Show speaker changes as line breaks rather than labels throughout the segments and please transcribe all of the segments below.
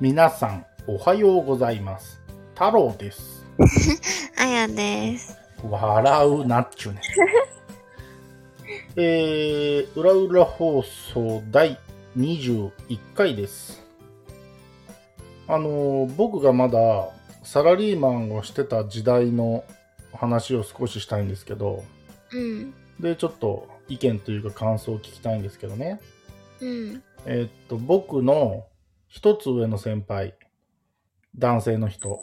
皆さんおはようございます太郎です
あやです。
笑うなっちゅうねえー、裏裏放送第21回ですあのー僕がまだサラリーマンをしてた時代の話を少ししたいんですけど
うん。
でちょっと意見というか感想を聞きたいんですけどね
うん。
えっと、僕の一つ上の先輩、男性の人、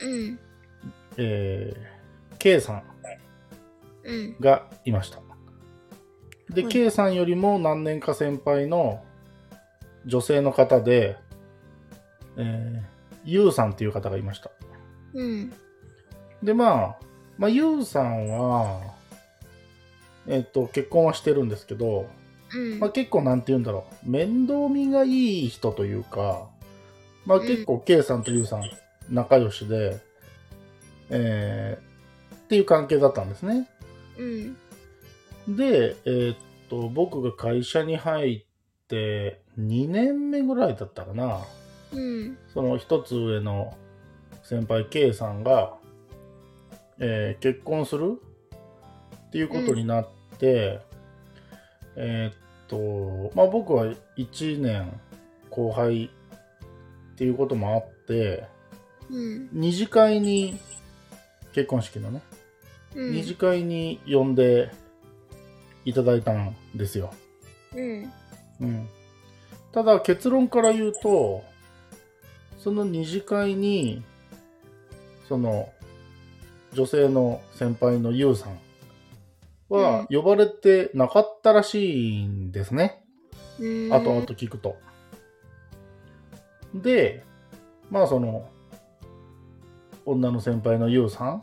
うん。
えー、K さん
うん。
がいました。で、
はい
K さんよりも何年か先輩の女性の方で、えー、ゆうさんっていう方がいました。
うん。
で、まあ、まあ、ゆうさんは、えっと、結婚はしてるんですけど、
うん。
まあ、結構なんて言うんだろう面倒見がいい人というか、まあ、
うん
結構 K さんと U さん仲良しで、えーっていう関係だったんですね
うん。
で、えーっと僕が会社に入って2年目ぐらいだったかな
うん。
その一つ上の先輩 K さんが、えー結婚するっていうことになって、えーっと、まあ僕は1年後輩っていうこともあって、
うん。
二次会に、結婚式のね、
うん。
二次会に呼んでいただいたんですよ。
うん。
うん、ただ結論から言うとその二次会にその女性の先輩のゆうさんは呼ばれてなかったらしいんですね、
うん。
後々聞くと。でまあその女の先輩のゆうさん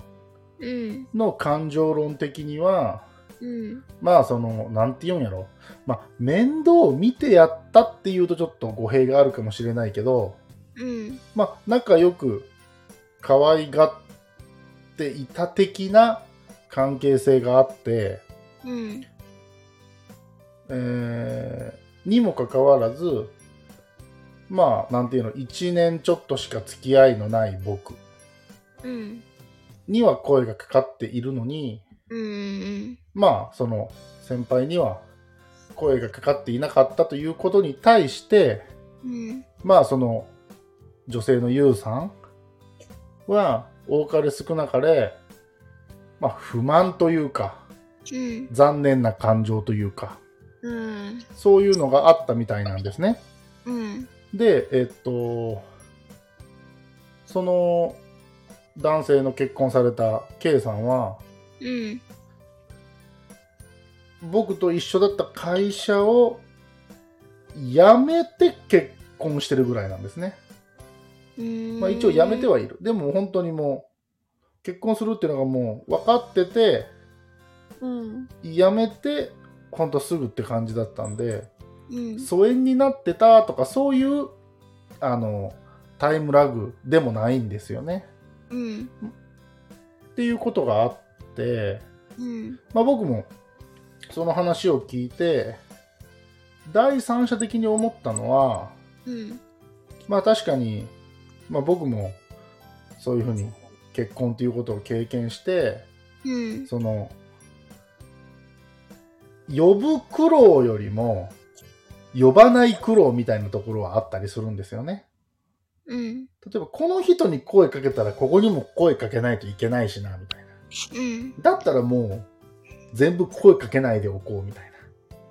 うん。
の感情論的には
うん。
まあそのなんて言うんやろまあ面倒を見てやったっていうとちょっと語弊があるかもしれないけど
うん。
まあ仲良く可愛がっていた的な関係性があって、
うん。
えーにもかかわらずまあなんていうの1年ちょっとしか付き合いのない僕
うん。
には声がかかっているのに
うん。
まあその先輩には声がかかっていなかったということに対して
うん。
まあその女性の YOU さんは多かれ少なかれ、まあ、不満というか
うん。
残念な感情というか
うん。
そういうのがあったみたいなんですね。
うん。
でえっとその男性の結婚された K さんは
うん。
僕と一緒だった会社を辞めて結婚してるぐらいなんですね。
うん。
まあ、一応やめてはいる。でも本当にもう、結婚するっていうのがもう分かってて、
うん。
やめて、ほんとすぐって感じだったんで、
うん。
疎遠になってたとか、そういう、あの、タイムラグでもないんですよね。
うん。
っていうことがあって、
うん。
まあ僕も、その話を聞いて、第三者的に思ったのは、
うん。
まあ確かに、まあ僕も、そういうふうに結婚ということを経験して、
うん。
その呼ぶ苦労よりも呼ばない苦労みたいなところはあったりするんですよね。
うん。
例えばこの人に声かけたらここにも声かけないといけないしなみたいな。
うん。
だったらもう全部声かけないでおこうみたい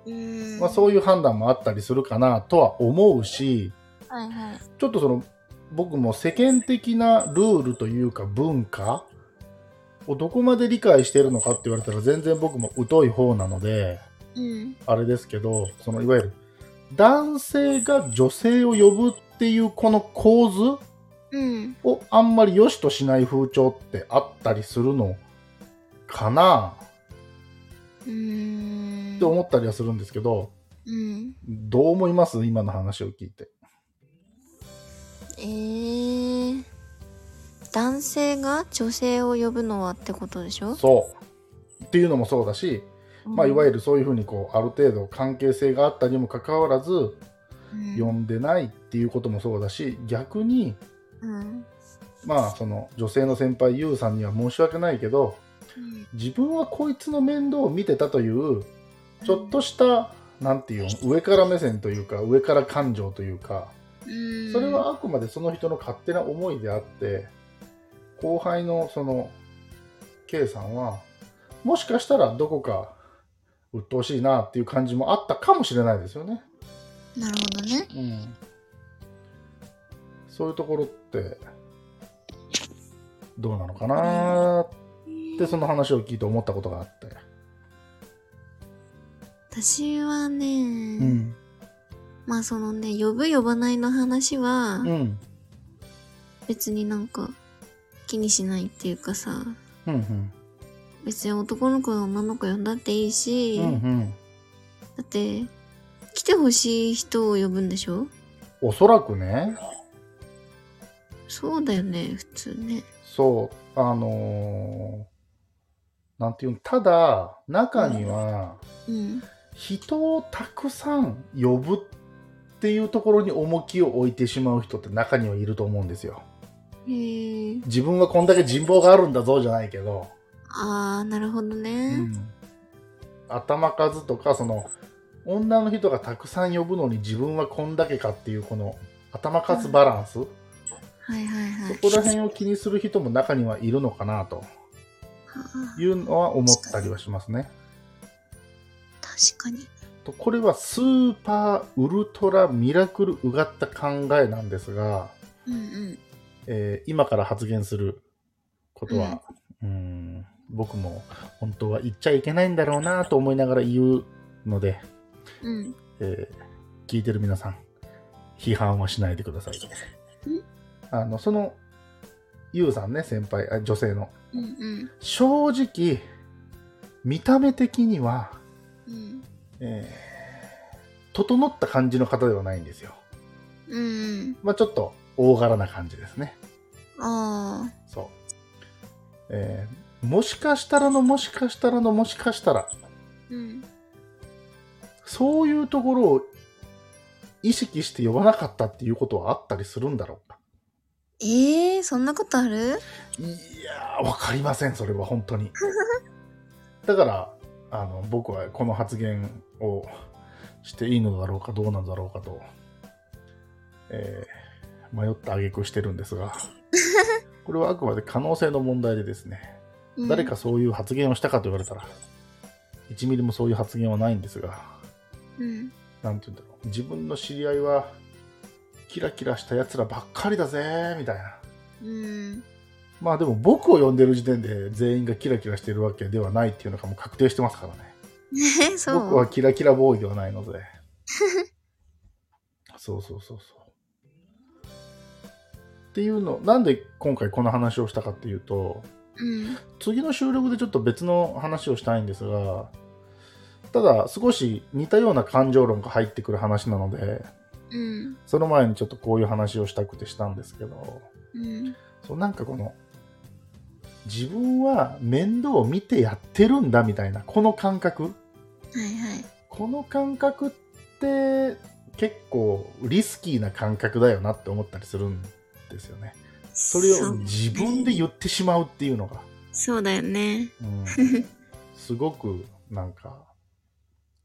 うん。
な、まあ、そう
い
いう判断もあったりするかなとは思うし
う。はいはい。
ちょっとその僕も世間的なルールというか文化をどこまで理解してるのかって言われたら全然僕も疎い方なので。
うん。
あれですけど、そのいわゆる男性が女性を呼ぶっていうこの構図
うん。
をあんまり良しとしない風潮ってあったりするのかな
うん。
って思ったりはするんですけど、
うん。
どう思います今の話を聞いて。
えー、男性が女性を呼ぶのはってことでしょ、
そう。っていうのもそうだし、まあ、いわゆ
る、
るそういうふうにこうある程度関係性があったにもかかわらず
うん
呼んでないっていうこともそうだし逆に
うん
まあその女性の先輩 YOU さんには申し訳ないけど自分はこいつの面倒を見てたというちょっとしたなんていうの上から目線というか上から感情というか
うん
それはあくまでその人の勝手な思いであって後輩のその K さんはもしかしたらどこか鬱陶しいなっていう感じもあったかもしれないですよね。
なるほどね
うん、そういうところってどうなのかなーってその話を聞いて思ったことがあって。
私はね、
うん
まあそのね呼ぶ呼ばないの話は
うん
別になんか気にしないっていうかさ
うんうん
別に男の子が女の子呼んだっていいし、
うんうん
だって来てほしい人を呼ぶんでしょ
おそらくね
そうだよね普通ね
そうあのーなんていうのただ中には
うん
人をたくさん呼ぶっていうところに重きを置いてしまう人って中にはいると思うんですよ。
へえ
自分はこんだけ人望があるんだぞじゃないけど。
あーなるほど
う
ね、
ん頭数とかその女の人がたくさん呼ぶのに自分はこんだけかっていうこの頭数バランス、
はいはいはい
そこら辺を気にする人も中にはいるのかなと
はあ
いうのは思ったりはしますね。
確かに
とこれはスーパーウルトラミラクルうがった考えなんですが、
うんうん
えー今から発言することは、うーん僕も本当は言っちゃいけないんだろうなと思いながら言うので、
うん
えー聞いてる皆さん、批判はしないでください。あの、その、ゆうさんね、先輩、あ女性の。
うんうん
正直、見た目的には、
うん
えー整った感じの方ではないんですよ。
うんうん
まあちょっと、大柄な感じですね。
あ
そう。えーもしかしたらの、もしかしたらの、もしかしたら、
ーうん
そういうところを意識して呼ばなかったっていうことはあったりするんだろうか。
ええー、そんなことある
いやー、わかりません、それは本当に。 だから、あの、僕はこの発言をしていいのだろうか、どうなんだろうかと、えー迷った挙句してるんです が、これはあくまで可能性の問題でですね、
うん
誰かそういう発言をしたかと言われたら、1ミリもそういう発言はないんですが、
うん
なんて言うんだろう、自分の知り合いは、キラキラした奴らばっかりだぜー、みたいな。
うん
まあでも僕を呼んでる時点で全員がキラキラしてるわけではないっていうのがもう確定してますからね。
え そう
僕はキラキラボーイではないので。そうそうそうそう。っていうの、なんで今回この話をしたかっていうと、
うん
次の収録でちょっと別の話をしたいんですが、ただ少し似たような感情論が入ってくる話なので、
うん
その前にちょっとこういう話をしたくてしたんですけど、
うん
そうなんかこの自分は面倒を見てやってるんだみたいなこの感覚
はいはい
この感覚って結構リスキーな感覚だよなって思ったりするんですよねそれを自分で言ってしまうっていうのが、
そうだよね
うん、すごくなんか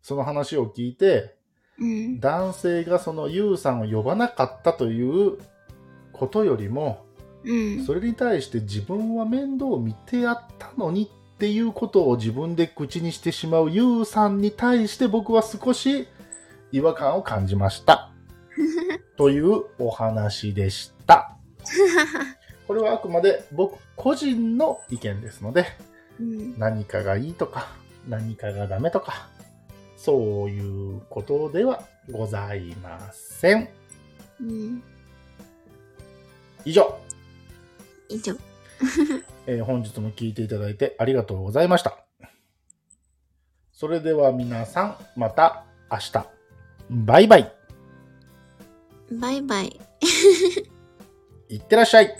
その話を聞いて
うん
男性がその YOU さんを呼ばなかったということよりも
うん
それに対して自分は面倒を見てやったのにっていうことを自分で口にしてしまう YOU さんに対して僕は少し違和感を感じました。というお話でした。これはあくまで僕個人の意見ですので
うん
何かがいいとか何かがダメとかそういうことではございません。
うん
以上、
以上
えー本日も聞いていただいてありがとうございました。それでは皆さん、また明日。バイバイ。
バイバイ
いってらっしゃい。